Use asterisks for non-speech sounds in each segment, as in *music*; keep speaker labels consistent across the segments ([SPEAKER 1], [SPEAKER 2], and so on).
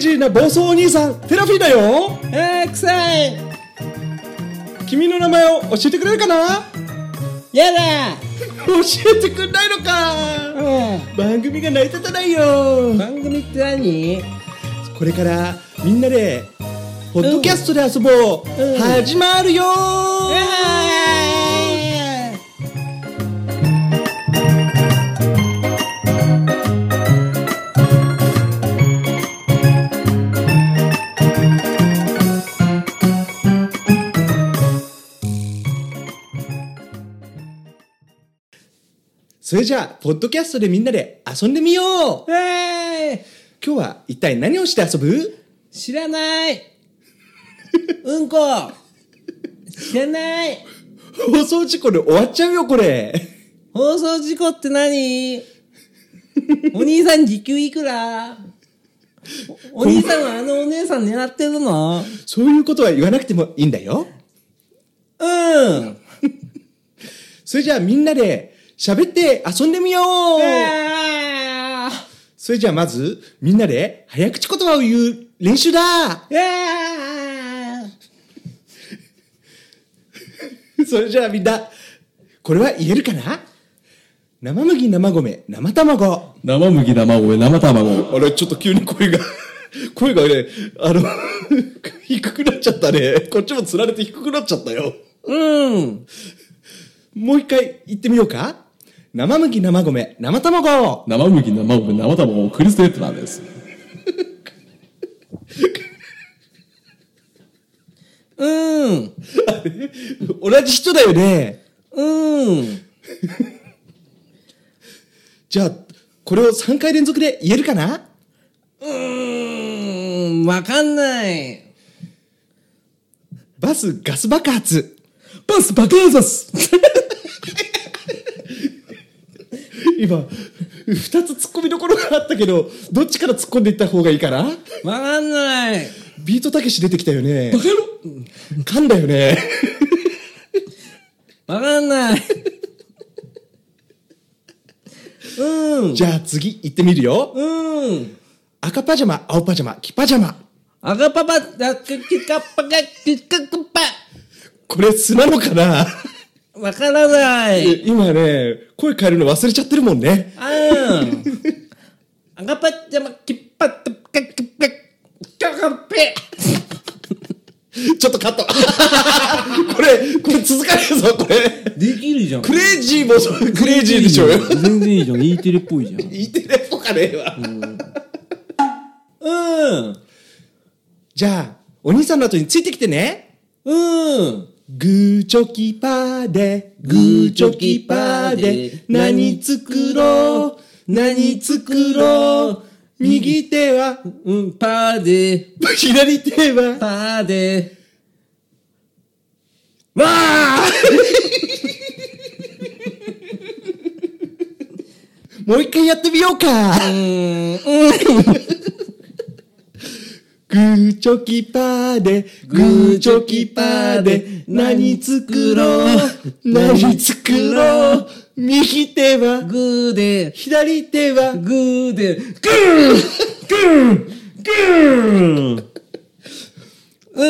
[SPEAKER 1] しいな暴走お兄さんテラフィーだよ
[SPEAKER 2] あー臭い
[SPEAKER 1] 君の名前を教えてくれるかな
[SPEAKER 2] やだ
[SPEAKER 1] 教えてくんないのか
[SPEAKER 2] う
[SPEAKER 1] 番組が成り立たないよ
[SPEAKER 2] ん番組って何
[SPEAKER 1] これからみんなでポッドキャストで遊ぼう、
[SPEAKER 2] うん
[SPEAKER 1] 始まるよ
[SPEAKER 2] あ
[SPEAKER 1] それじゃあポッドキャストでみんなで遊んでみよう
[SPEAKER 2] ーえー
[SPEAKER 1] 今日は一体何をして遊ぶ
[SPEAKER 2] 知らないうんこ知らない
[SPEAKER 1] 放送事故で終わっちゃうよこれ
[SPEAKER 2] 放送事故って何お兄さん時給いくらおお兄さんはあのお姉さん狙ってるの
[SPEAKER 1] そういうことは言わなくてもいいんだよ
[SPEAKER 2] うん
[SPEAKER 1] それじゃあみんなで喋って遊んでみよう、
[SPEAKER 2] あー
[SPEAKER 1] それじゃあまずみんなで早口言葉を言う練習だ *laughs*
[SPEAKER 2] あ
[SPEAKER 1] それじゃあみんなこれは言えるかな生麦生米生卵
[SPEAKER 3] 生麦、生米、生卵。
[SPEAKER 1] あれちょっと急に声が *laughs* 声がねあの *laughs* 低くなっちゃったねこっちもつられて低くなっちゃったよ
[SPEAKER 2] うん
[SPEAKER 1] もう一回言ってみようか生麦生米生卵 *laughs*
[SPEAKER 3] 生麦、生米、生卵、クリス・テトラーです。
[SPEAKER 2] うん
[SPEAKER 1] 同じ人だよね。
[SPEAKER 2] うん
[SPEAKER 1] じゃあ、これを3回連続で言えるかな
[SPEAKER 2] うーんわかんない
[SPEAKER 1] バスガス爆発。
[SPEAKER 3] バス、バケーザス
[SPEAKER 1] 今、2つ突っ込みどころがあったけど、どっちから突っ込んでいった方がいいかな
[SPEAKER 2] わかんない
[SPEAKER 1] ビートたけし出てきたよね。バカ野郎噛んだよね。
[SPEAKER 2] わかんないうん
[SPEAKER 1] じゃあ次行ってみるよ。
[SPEAKER 2] うん
[SPEAKER 1] 赤パジャマ、青パジャマ、黄パジャマ。
[SPEAKER 2] 赤パパだっけカッパがキッカクパ
[SPEAKER 1] これ素なのかな
[SPEAKER 2] わからない
[SPEAKER 1] 今ね、声変えるの忘れちゃってるもんね。
[SPEAKER 2] うん赤パジャマキッパッカッキッカッキャカッペ
[SPEAKER 1] ちょっとカット。 *laughs* これ、これ続かねえぞ、これ。
[SPEAKER 2] できるじゃん
[SPEAKER 1] クレイジーもそう、クレイジーでしょうよ。
[SPEAKER 2] 全然いいじゃん E テレっぽいじゃん
[SPEAKER 1] E テレっぽかねえわ。
[SPEAKER 2] うん
[SPEAKER 1] じゃあ、お兄さんの後についてきてね。
[SPEAKER 2] うん
[SPEAKER 1] グーチョキパーで、グーチョキパーで、何作ろう、何作ろう。右手は、
[SPEAKER 2] うんパーで
[SPEAKER 1] *laughs* 左手は、
[SPEAKER 2] パーでわあ
[SPEAKER 1] もう一回やってみようか。
[SPEAKER 2] うん
[SPEAKER 1] グーチョキパーで、グーチョキパーで、何作ろう、何作ろう。右手は、
[SPEAKER 2] グーで
[SPEAKER 1] 左手は、
[SPEAKER 2] グーでグーグーグーうん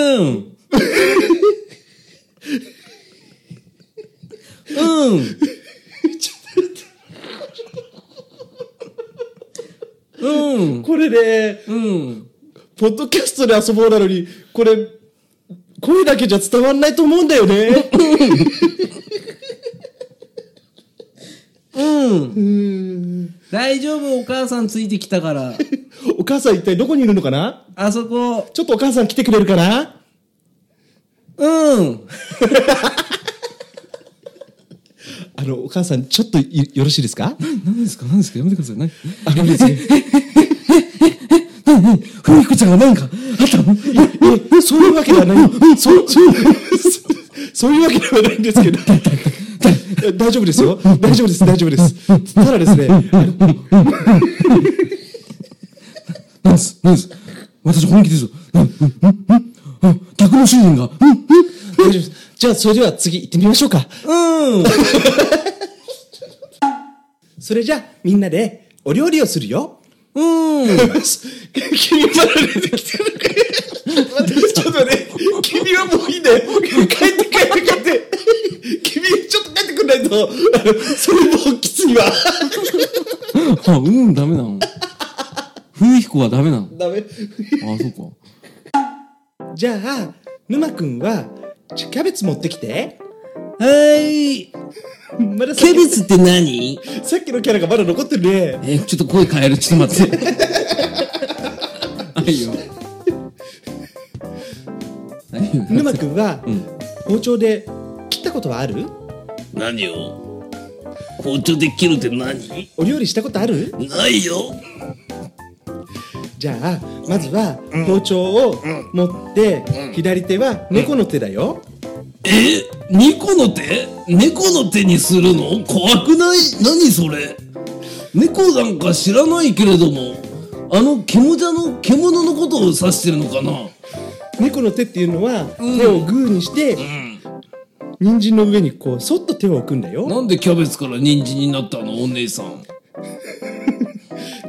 [SPEAKER 2] うんうん
[SPEAKER 1] これで、
[SPEAKER 2] うん
[SPEAKER 1] ポッドキャストで遊ぼうなのに、これ、声だけじゃ伝わんないと思うんだよね。
[SPEAKER 2] うん大丈夫お母さんついてきたから
[SPEAKER 1] お母さん一体どこにいるのかな
[SPEAKER 2] あそこ
[SPEAKER 1] ちょっとお母さん来てくれるかな
[SPEAKER 2] うん
[SPEAKER 1] あの、お母さん、ちょっといよろしいですか
[SPEAKER 3] 何ですか何ですかやめてください。何
[SPEAKER 1] あのですね、
[SPEAKER 3] ふみこちゃんが何かあったの
[SPEAKER 1] えそういうわけではない。そう、そう、そういうわけではないんですけど。大丈夫ですよ。大丈夫です、大丈夫です。ただですね、
[SPEAKER 3] 何です何です私本気ですよ。うんうんうんうん客の主人が、うんうん
[SPEAKER 1] 大丈夫です。じゃあ、それでは次行ってみましょうか。
[SPEAKER 2] うん
[SPEAKER 1] それじゃあ、みんなでお料理をするよ。*laughs*
[SPEAKER 2] うーん。
[SPEAKER 1] 気に張られてきてるから。ちょっとね、君はもういいんだよ。帰って帰って帰って。君、ちょっと帰ってくんないと、あのそれもうきついわ。
[SPEAKER 3] *laughs* あ、うん、ダ
[SPEAKER 2] *laughs*
[SPEAKER 3] メなの。冬彦はダメなの。
[SPEAKER 1] ダメ。
[SPEAKER 3] あ、そう
[SPEAKER 1] じゃあ、沼くんは、ちキャベツ持ってきて。
[SPEAKER 2] はーい。
[SPEAKER 1] まださ
[SPEAKER 2] キ
[SPEAKER 1] っ
[SPEAKER 2] ャベツって何
[SPEAKER 1] きさっきのキャラがまだ残ってるね。
[SPEAKER 3] か。え、ちょっと声変える。ちょっと
[SPEAKER 2] *laughs*
[SPEAKER 3] 待って。はいよ。はいよ。
[SPEAKER 1] 沼くんは、
[SPEAKER 3] ん
[SPEAKER 1] 包丁で切ったことはある
[SPEAKER 2] 何を包丁で切るって何
[SPEAKER 1] お料理したことある
[SPEAKER 2] ないよ。
[SPEAKER 1] じゃあ、まずは、包丁を持って、左手は猫の手だよ。
[SPEAKER 2] え猫の手猫の手にするの怖くない何それ
[SPEAKER 3] 猫なんか知らないけれども、あの獣の獣のことを指してるのかな。
[SPEAKER 1] 猫の手っていうのは、手をグーにして、人参の上にこうそっと手を置くんだよ
[SPEAKER 3] なんでキャベツから人参になったのお姉さん。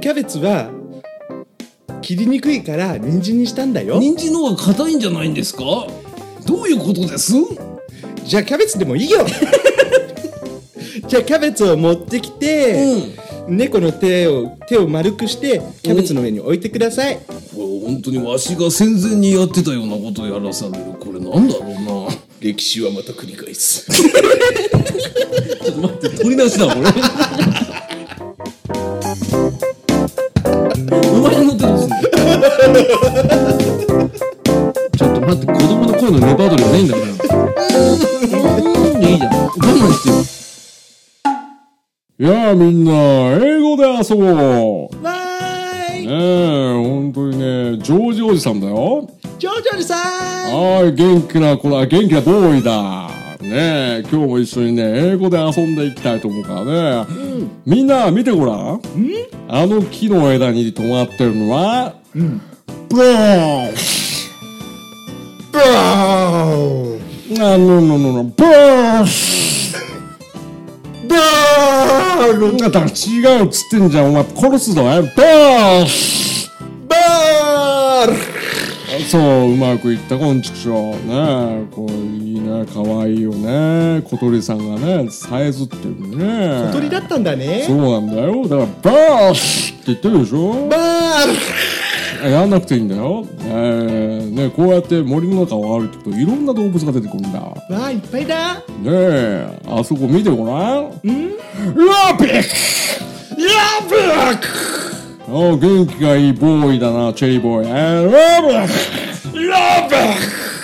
[SPEAKER 1] キャベツは切りにくいから人参にしたんだよ
[SPEAKER 3] 人参の方が硬いんじゃないんですかどういうことです
[SPEAKER 1] じゃあキャベツでもいい *laughs* よじゃあキャベツを持ってきて、
[SPEAKER 3] うん。
[SPEAKER 1] 猫の手を手を丸くしてキャベツの上に置いてください、
[SPEAKER 3] これ本当にわしが戦前にやってたようなことをやらされるこれなんだろうな
[SPEAKER 1] 歴史はまた繰り返す
[SPEAKER 3] ちょっと待って取り出しだこれお前の手ですねちょっと待って子供の声のレパートリーがないんだからいいじゃん我慢してよいやあみんな英語で遊ぼう
[SPEAKER 1] わーい
[SPEAKER 3] ねえ本当にねジョージおじさんだよ
[SPEAKER 1] ジョージョージさん
[SPEAKER 3] はい、元気な子だ、元気なボーイだ。ねえ、今日も一緒にね、英語で遊んでいきたいと思うからね。みんな、見てごらん。あの木の枝に止まってるのは、ブロー
[SPEAKER 1] ブーン
[SPEAKER 3] ンあのののの、ブロ *laughs* ー
[SPEAKER 1] ブーン
[SPEAKER 3] ンだから違うっつってんじゃん、お前殺すぞ、えブローン
[SPEAKER 1] ブーン
[SPEAKER 3] そう、うまくいった、こんちくしょう。ねえ、こう、いいね、かわいいよね。小鳥さんがね、さえずってるね。
[SPEAKER 1] 鳥だったんだ
[SPEAKER 3] そ
[SPEAKER 1] ね
[SPEAKER 3] うなんだよ。だから、バースって言ってるでしょ
[SPEAKER 1] ブーン
[SPEAKER 3] やんなくていいんだよ。えー、ね、こうやって森の中を歩いていくと、いろんな動物が出てくるんだ。ね
[SPEAKER 1] わあいっぱいだ
[SPEAKER 3] え、あそこ見てごらん。んラビッ
[SPEAKER 1] ラブラック
[SPEAKER 3] お元気がいいボーイだな、チェリーボーイ。えー、ラビッ
[SPEAKER 1] ラブラッ
[SPEAKER 3] ね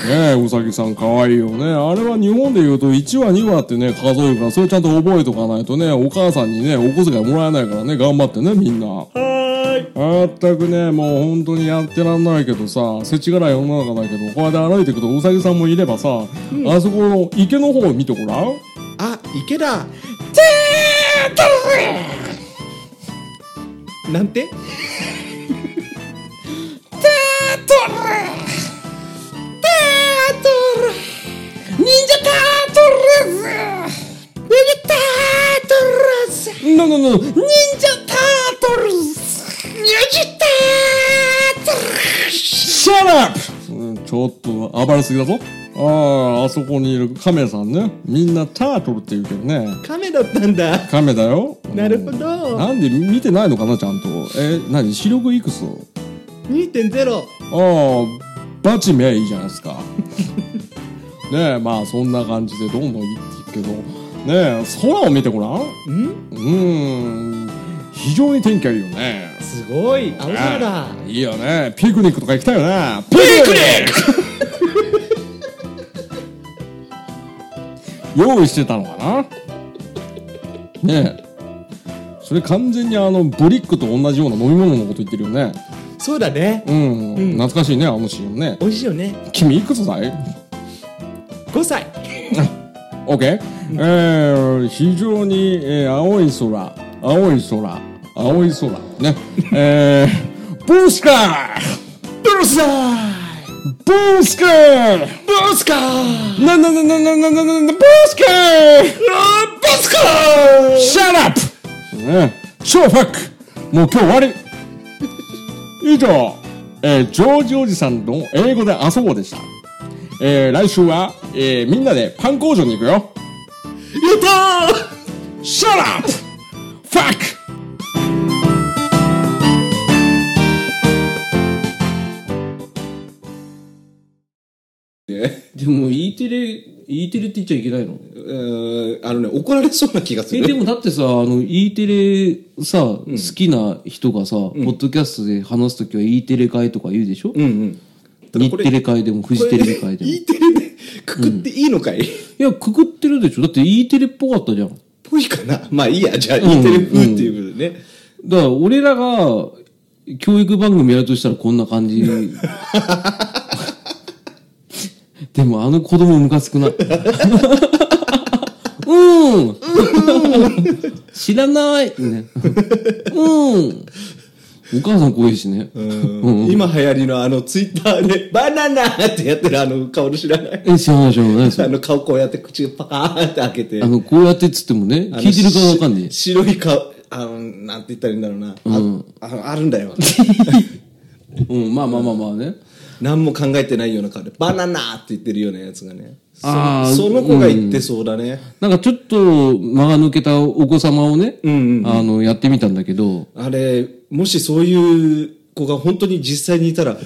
[SPEAKER 3] え、うさぎさんかわいいよね。あれは日本で言うと1話2話ってね、数えるから、それちゃんと覚えとかないとね、お母さんにね、お小遣いもらえないからね、頑張ってね、みんな。
[SPEAKER 1] クはーい
[SPEAKER 3] まったくね、もう本当にやってらんないけどさ、世知辛い世の中だけど、こうやって歩いていくと、うさぎさんもいればさ、あそこの池の方を見てごらん。
[SPEAKER 1] あ池だなんて
[SPEAKER 3] ななな、忍者タートルシャラップちょっと暴れすぎだぞ。ああ、あそこにいるカメさんね。みんなタートルって言うけどね。
[SPEAKER 1] カメだったんだ
[SPEAKER 3] カメだよ。
[SPEAKER 1] なるほど
[SPEAKER 3] なんで見てないのかな、ちゃんと。え、なに視力いくつ
[SPEAKER 1] 2.0
[SPEAKER 3] ああ、バチめいいじゃないですか。 *laughs* ねえ、まあそんな感じでどんどん行っていくけど、ねえ、空を見てごらん。うんーん、非常に天気がいいよね。
[SPEAKER 1] すごい青空だ
[SPEAKER 3] ねえいいよね。ピクニックとか行きたいよね。ピクニック *laughs* 用意してたのかなねえ。それ完全にあの、ブリックと同じような飲み物のこと言ってるよね。
[SPEAKER 1] そうだね
[SPEAKER 3] うん、懐かしいね、あの CM ね。
[SPEAKER 1] 美味しいよね
[SPEAKER 3] 君いくつだい
[SPEAKER 1] 5歳
[SPEAKER 3] ?OK、えー、非常に、えー、青い空青い空青い空 *laughs* ねえー、ブースカー
[SPEAKER 1] ブルースだ
[SPEAKER 3] ブースカー
[SPEAKER 1] ブルースかー
[SPEAKER 3] なななななななななブースカー
[SPEAKER 1] ブルースか
[SPEAKER 3] シャラップね超ファックもう今日終わり
[SPEAKER 4] 以上、えージョージおじさんの英語で遊ぼうでした。えー来週は、えーみんなでパン工場に行くよ。
[SPEAKER 1] やったー
[SPEAKER 4] Shut up! Fuck!
[SPEAKER 1] え
[SPEAKER 3] でも E テレ、E テレって言っちゃいけないの
[SPEAKER 1] ーあのね、怒られそうな気がす
[SPEAKER 3] え、で
[SPEAKER 1] る。
[SPEAKER 3] もだってさ、あの、E テレさ、好きな人がさ、ポッドキャストで話すときは E テレ会とか言うでしょ、
[SPEAKER 1] うんうん。ただ
[SPEAKER 3] 日
[SPEAKER 1] これ
[SPEAKER 3] テレ会でもフジテレビ会でも。い
[SPEAKER 1] E テレでくくっていいのかい、
[SPEAKER 3] や、くくってるでしょだって E テレっぽかったじゃん。だか
[SPEAKER 1] ぽいかなまあいいや、じゃあ E テレ風っていうことでね。
[SPEAKER 3] ら、俺らが、教育番組やるとしたらこんな感
[SPEAKER 1] *laughs*
[SPEAKER 3] じ。でもあの子供ムカつくな。うん。知らない。ね、うん。お母さん怖いしね。
[SPEAKER 1] うん今流行りのあのツイッターでバナナってやってるあの顔の知らない
[SPEAKER 3] え、知らない知らない。
[SPEAKER 1] あの顔こうやって口パカーンって開けて
[SPEAKER 3] あの、こうやってっつってもね、聞いてるかわかんね
[SPEAKER 1] し白い顔あのなんて言ったらいいんだろうな、ああのあるんだ
[SPEAKER 3] *laughs*
[SPEAKER 1] よ
[SPEAKER 3] え。うん、まあまあまあまあね。
[SPEAKER 1] 何も考えてないような顔でバナナって言ってるようなやつがねそ
[SPEAKER 3] あー
[SPEAKER 1] その子が言ってそうだね、
[SPEAKER 3] なんかちょっと間が抜けたお子様をね、
[SPEAKER 1] ん
[SPEAKER 3] あの、やってみたんだけど、
[SPEAKER 1] あれもしそういう子が本当に実際にいたら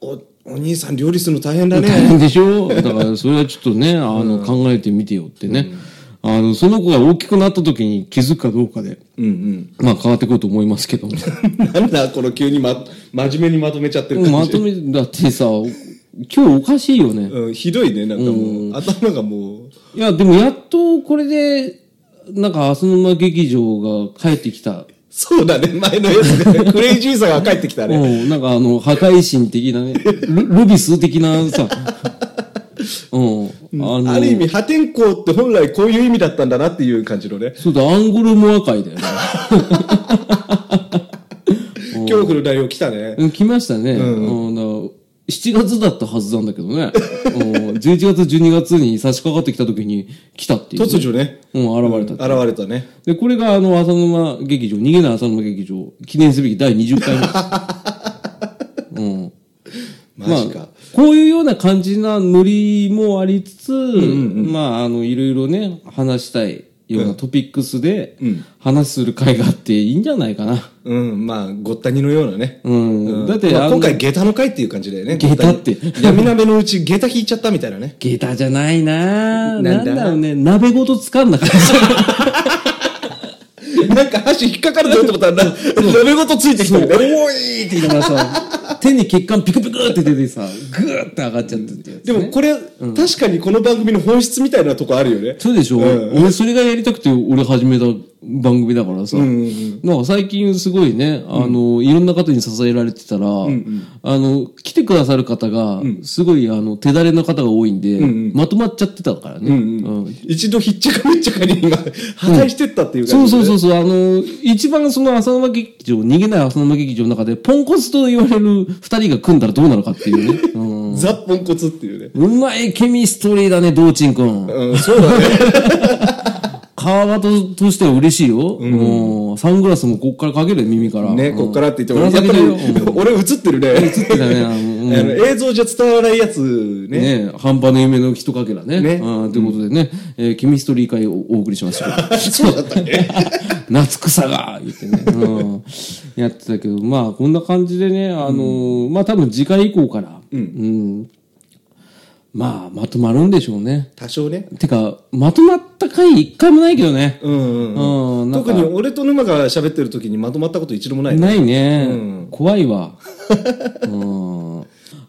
[SPEAKER 1] おお兄さん料理するの大変だ
[SPEAKER 3] 大
[SPEAKER 1] ね
[SPEAKER 3] 変でしょだからそれはちょっとね、あの、考えてみてよってね。あの、その子が大きくなった時に気づくかどうかで、
[SPEAKER 1] うん
[SPEAKER 3] まあ変わってくると思いますけども。
[SPEAKER 1] うんなんだこの急に、ま、真面目にまとめちゃってる感じ
[SPEAKER 3] まとめ、だってさ、今日おかしいよね。
[SPEAKER 1] うん、ひどいね、なんかもう、頭がもう、
[SPEAKER 3] いや、でもやっとこれで、なんか、浅沼劇場が帰ってきた。
[SPEAKER 1] そうだね、前のやつね、クレイジーさが帰ってきたね。
[SPEAKER 3] うん、なんかあの、破壊神的なね、ルルビス的
[SPEAKER 1] *laughs*
[SPEAKER 3] なさ、うん、あの、
[SPEAKER 1] ある意味、破天荒って本来こういう意味だったんだなっていう感じのね、
[SPEAKER 3] そうだ、アンゴルモア会だよね。
[SPEAKER 1] 恐怖の内容来たね。
[SPEAKER 3] うん来ましたね。うん、だから7月だったはずなんだけどね。 *laughs* うん、11月、12月に差し掛かってきた時に来たっていう、
[SPEAKER 1] 突如ね、
[SPEAKER 3] うん、現れたっていう、
[SPEAKER 1] 現れたね。
[SPEAKER 3] で、これがあの、浅沼劇場、逃げない浅沼劇場、記念すべき第20回
[SPEAKER 1] *laughs*
[SPEAKER 3] 目です。うん。
[SPEAKER 1] マジか。
[SPEAKER 3] まあ、こういうような感じなノリもありつつ、まあ、あの、いろいろね、話したいようなトピックスで、話する会があっていいんじゃないかな。
[SPEAKER 1] うん、まあ、ごったにのようなね。
[SPEAKER 3] うん。
[SPEAKER 1] うん
[SPEAKER 3] だって、
[SPEAKER 1] まあ
[SPEAKER 3] あの
[SPEAKER 1] 今回、下駄の回っていう感じだよね。
[SPEAKER 3] 下駄って
[SPEAKER 1] ごたに闇鍋のうち、下駄引いちゃったみたいなね。
[SPEAKER 3] 下駄じゃないなぁ。
[SPEAKER 1] な
[SPEAKER 3] なんん
[SPEAKER 1] だ
[SPEAKER 3] だろうね。鍋ごと掴んだ感じ。
[SPEAKER 1] なんか箸引っかかるぞって思ったら、な *laughs* 鍋ごとついてきたみたいな。
[SPEAKER 3] 重いって言いながらさ、手に血管ピクピクって出てさ、ぐーって上がっちゃってってやつ、
[SPEAKER 1] で
[SPEAKER 3] ね。
[SPEAKER 1] も、これ、確かにこの番組の本質みたいなとこあるよね。
[SPEAKER 3] そうでしょ、俺、それがやりたくて、俺始めた番組だからさ。なんか最近すごいね、あの、いろんな方に支えられてたら、あの、来てくださる方が、すごい、あの、手だれの方が多いんで、まとまっちゃってたからね。うん
[SPEAKER 1] 一度ひっちゃかめっちゃかに今、破壊してったっていう
[SPEAKER 3] そ
[SPEAKER 1] 感
[SPEAKER 3] う
[SPEAKER 1] じ、
[SPEAKER 3] そうそうそう、あの、一番その浅沼劇場、逃げない浅沼劇場の中で、ポンコツと言われる二人が組んだらどうなのかっていうね。 *laughs* うん
[SPEAKER 1] ザ・ポンコツっていうね。
[SPEAKER 3] うまいケミストリーだね、道珍くん。
[SPEAKER 1] うん、そうだね。
[SPEAKER 3] 川端としては嬉しいよ。うん。サングラスもこっからかけるよ耳から。
[SPEAKER 1] ね、
[SPEAKER 3] うん
[SPEAKER 1] こっからって言
[SPEAKER 3] ぶら
[SPEAKER 1] って
[SPEAKER 3] 下
[SPEAKER 1] も、
[SPEAKER 3] げ
[SPEAKER 1] や
[SPEAKER 3] てる
[SPEAKER 1] っ
[SPEAKER 3] よ。うん
[SPEAKER 1] ぱり、俺映ってるね。映
[SPEAKER 3] 映ってたねあのう
[SPEAKER 1] *laughs*
[SPEAKER 3] ん
[SPEAKER 1] あの映像じゃ伝わらないやつね。
[SPEAKER 3] ね半端な夢の一かけらね。
[SPEAKER 1] ね
[SPEAKER 3] うんということでね、えーケミストリー会をお送りしました。
[SPEAKER 1] *laughs* そうだった
[SPEAKER 3] *laughs*
[SPEAKER 1] ね。
[SPEAKER 3] 夏草が言ってね、うん、やってたけど、まあ、こんな感じでね、あのーまあ多分次回以降から、うん、まあ、まとまるんでしょうね。
[SPEAKER 1] 多少ね。
[SPEAKER 3] てか、まとまった回一回もないけどね。
[SPEAKER 1] うんうん。
[SPEAKER 3] うん、なんか
[SPEAKER 1] 特に俺と沼が喋ってる時にまとまったこと一度もないね。
[SPEAKER 3] ないね。
[SPEAKER 1] うん
[SPEAKER 3] 怖いわ。うん。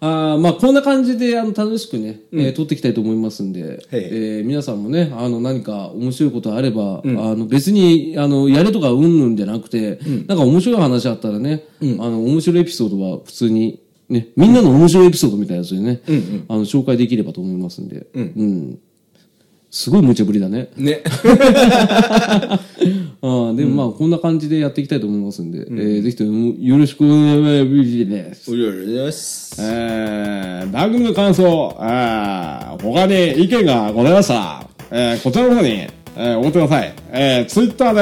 [SPEAKER 3] あーまあ、こんな感じで、あの、楽しくね、えー撮っていきたいと思いますんで、えー皆さんもね、あの、何か面白いことあれば、あの、別に、あの、やれとかうんぬんじゃなくて、なんか面白い話あったらね、あの、面白いエピソードは普通に、ね、みんなの面白いエピソードみたいなやつでね、あの、紹介できればと思いますんで、うん。すごい無茶ぶりだね。
[SPEAKER 1] *laughs* ね。
[SPEAKER 3] ああ、でもまあ、こんな感じでやっていきたいと思いますんで、えーぜひともよろしくお願いします。
[SPEAKER 1] おりおりおりです。
[SPEAKER 4] えー番組の感想、えー他に意見がございましたら、えーこちらの方に、えーお送ってください。えー、ツイッターで、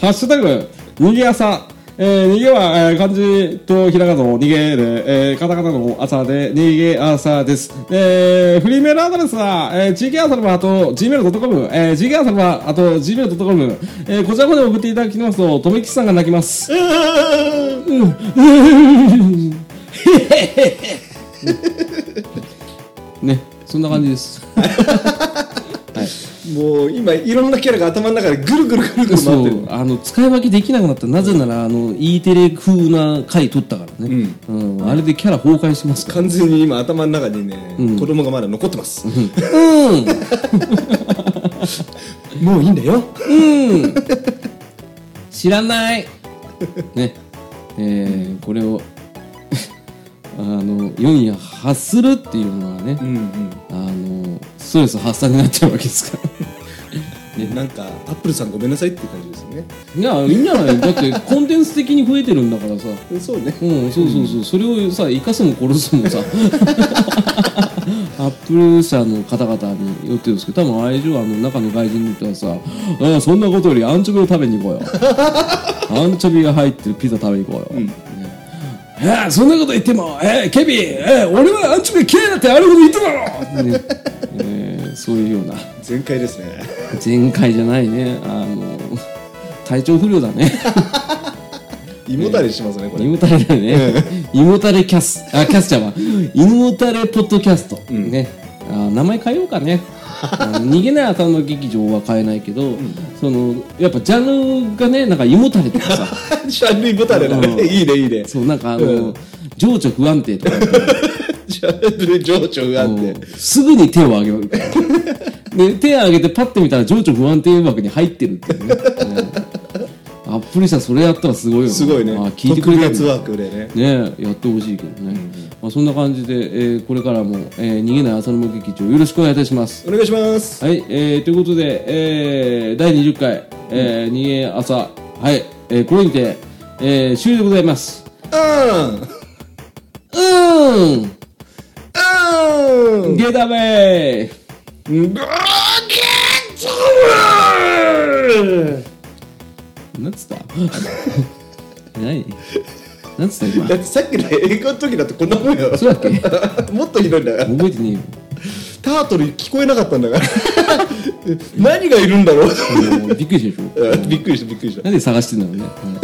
[SPEAKER 4] ハッシュタグ、逃げ朝、
[SPEAKER 5] えー、逃げは、えー、漢字とひらがなの逃げで、えー、カタカナの朝で、逃げ朝です。えー、フリーメールアドレスは、えー、gk と gmail.com、えー、gk あと gmail.com、えー、こちらまで送っていただきますと、とめきちさんが泣きます。
[SPEAKER 3] ね、そんな感じです。
[SPEAKER 1] もう今いろんなキャラが頭の中でぐるぐるぐるぐる回
[SPEAKER 3] そ
[SPEAKER 1] って
[SPEAKER 3] う
[SPEAKER 1] る
[SPEAKER 3] あの使い分けできなくなったなぜならあの E テレ風な回取ったからね、うんあれでキャラ崩壊しますから
[SPEAKER 1] 完全に今頭の中にね、子供がまだ残ってます、
[SPEAKER 3] うん
[SPEAKER 1] *laughs* もういいんだよ
[SPEAKER 3] 知らないねえーこれをあの世に発するっていうのはね、
[SPEAKER 1] うんうん
[SPEAKER 3] あのストレス発散になっちゃうわけですから
[SPEAKER 1] なんかアップルさんごめんなさいっていう感じですね
[SPEAKER 3] いやいいんじゃないだってコンテンツ的に増えてるんだからさ
[SPEAKER 1] そうね
[SPEAKER 3] うんそうそうそう、それをさ生かすも殺す *laughs* もさアップル社の方々によってですけど多分あれ以上あの中の外人の人はさあそんなことよりアンチョビを食べに *laughs* 行こうよアンチョビが入ってるピザ食べに行こうよ、ねえーそんなこと言っても、えーケビン、えー俺はアンチョビ嫌いだってあること言っただろ、ねえーそういうような
[SPEAKER 1] 全開ですね
[SPEAKER 3] 前回じゃないねあの体調不良だね
[SPEAKER 1] 胃もたれしますねこれ
[SPEAKER 3] 胃もたれだよね。胃もたれキ
[SPEAKER 1] *laughs*
[SPEAKER 3] ャス、あ、キャスちゃんは、胃もたれポッドキャスト。ね。あ名前変えようか
[SPEAKER 1] *laughs*
[SPEAKER 3] ね。あの逃げない頭の劇場は変えないけど、その、やっぱジャンルがね、なんか胃もたれと
[SPEAKER 1] *laughs*
[SPEAKER 3] かさ、
[SPEAKER 1] シャンルイもたれだ
[SPEAKER 3] うん
[SPEAKER 1] ねいいねいいね
[SPEAKER 3] そう、なんかあの、
[SPEAKER 1] うん
[SPEAKER 3] 情緒不安定とか、
[SPEAKER 1] シャンルイ情緒があっ
[SPEAKER 3] あ
[SPEAKER 1] て
[SPEAKER 3] のすぐに手を挙げるから。で、手を挙げてパッて見たら情緒不安定枠に入ってるって
[SPEAKER 1] *laughs*
[SPEAKER 3] いうね。うんアップル社それやったらすごいよね。
[SPEAKER 1] すごいね
[SPEAKER 3] あ、聞いてくれ
[SPEAKER 1] 特
[SPEAKER 3] たんだ
[SPEAKER 1] 別ワークでね
[SPEAKER 3] ねやってほしいけどね、まあ、そんな感じで、えーこれからも、えー逃げない浅沼劇場よろしくお願いいたします
[SPEAKER 1] お願いします
[SPEAKER 3] はい、えーということで、えー第20回、えー逃げ朝はい、えーこれにて、えー終了でございます
[SPEAKER 1] うん
[SPEAKER 3] うー
[SPEAKER 1] うん
[SPEAKER 3] んゲダウェイなんつった *laughs* 何なんつった今
[SPEAKER 1] だってさっきの英語の時だってこんなもんやろ
[SPEAKER 3] そうだっけ
[SPEAKER 1] もっとひどいんだから
[SPEAKER 3] 覚えてねえよ
[SPEAKER 1] タートル聞こえなかったんだから何がいるんだろう
[SPEAKER 3] もうびっくりしたでしょ
[SPEAKER 1] びっくりしたびっくりした
[SPEAKER 3] なんで探してんだろうね、うん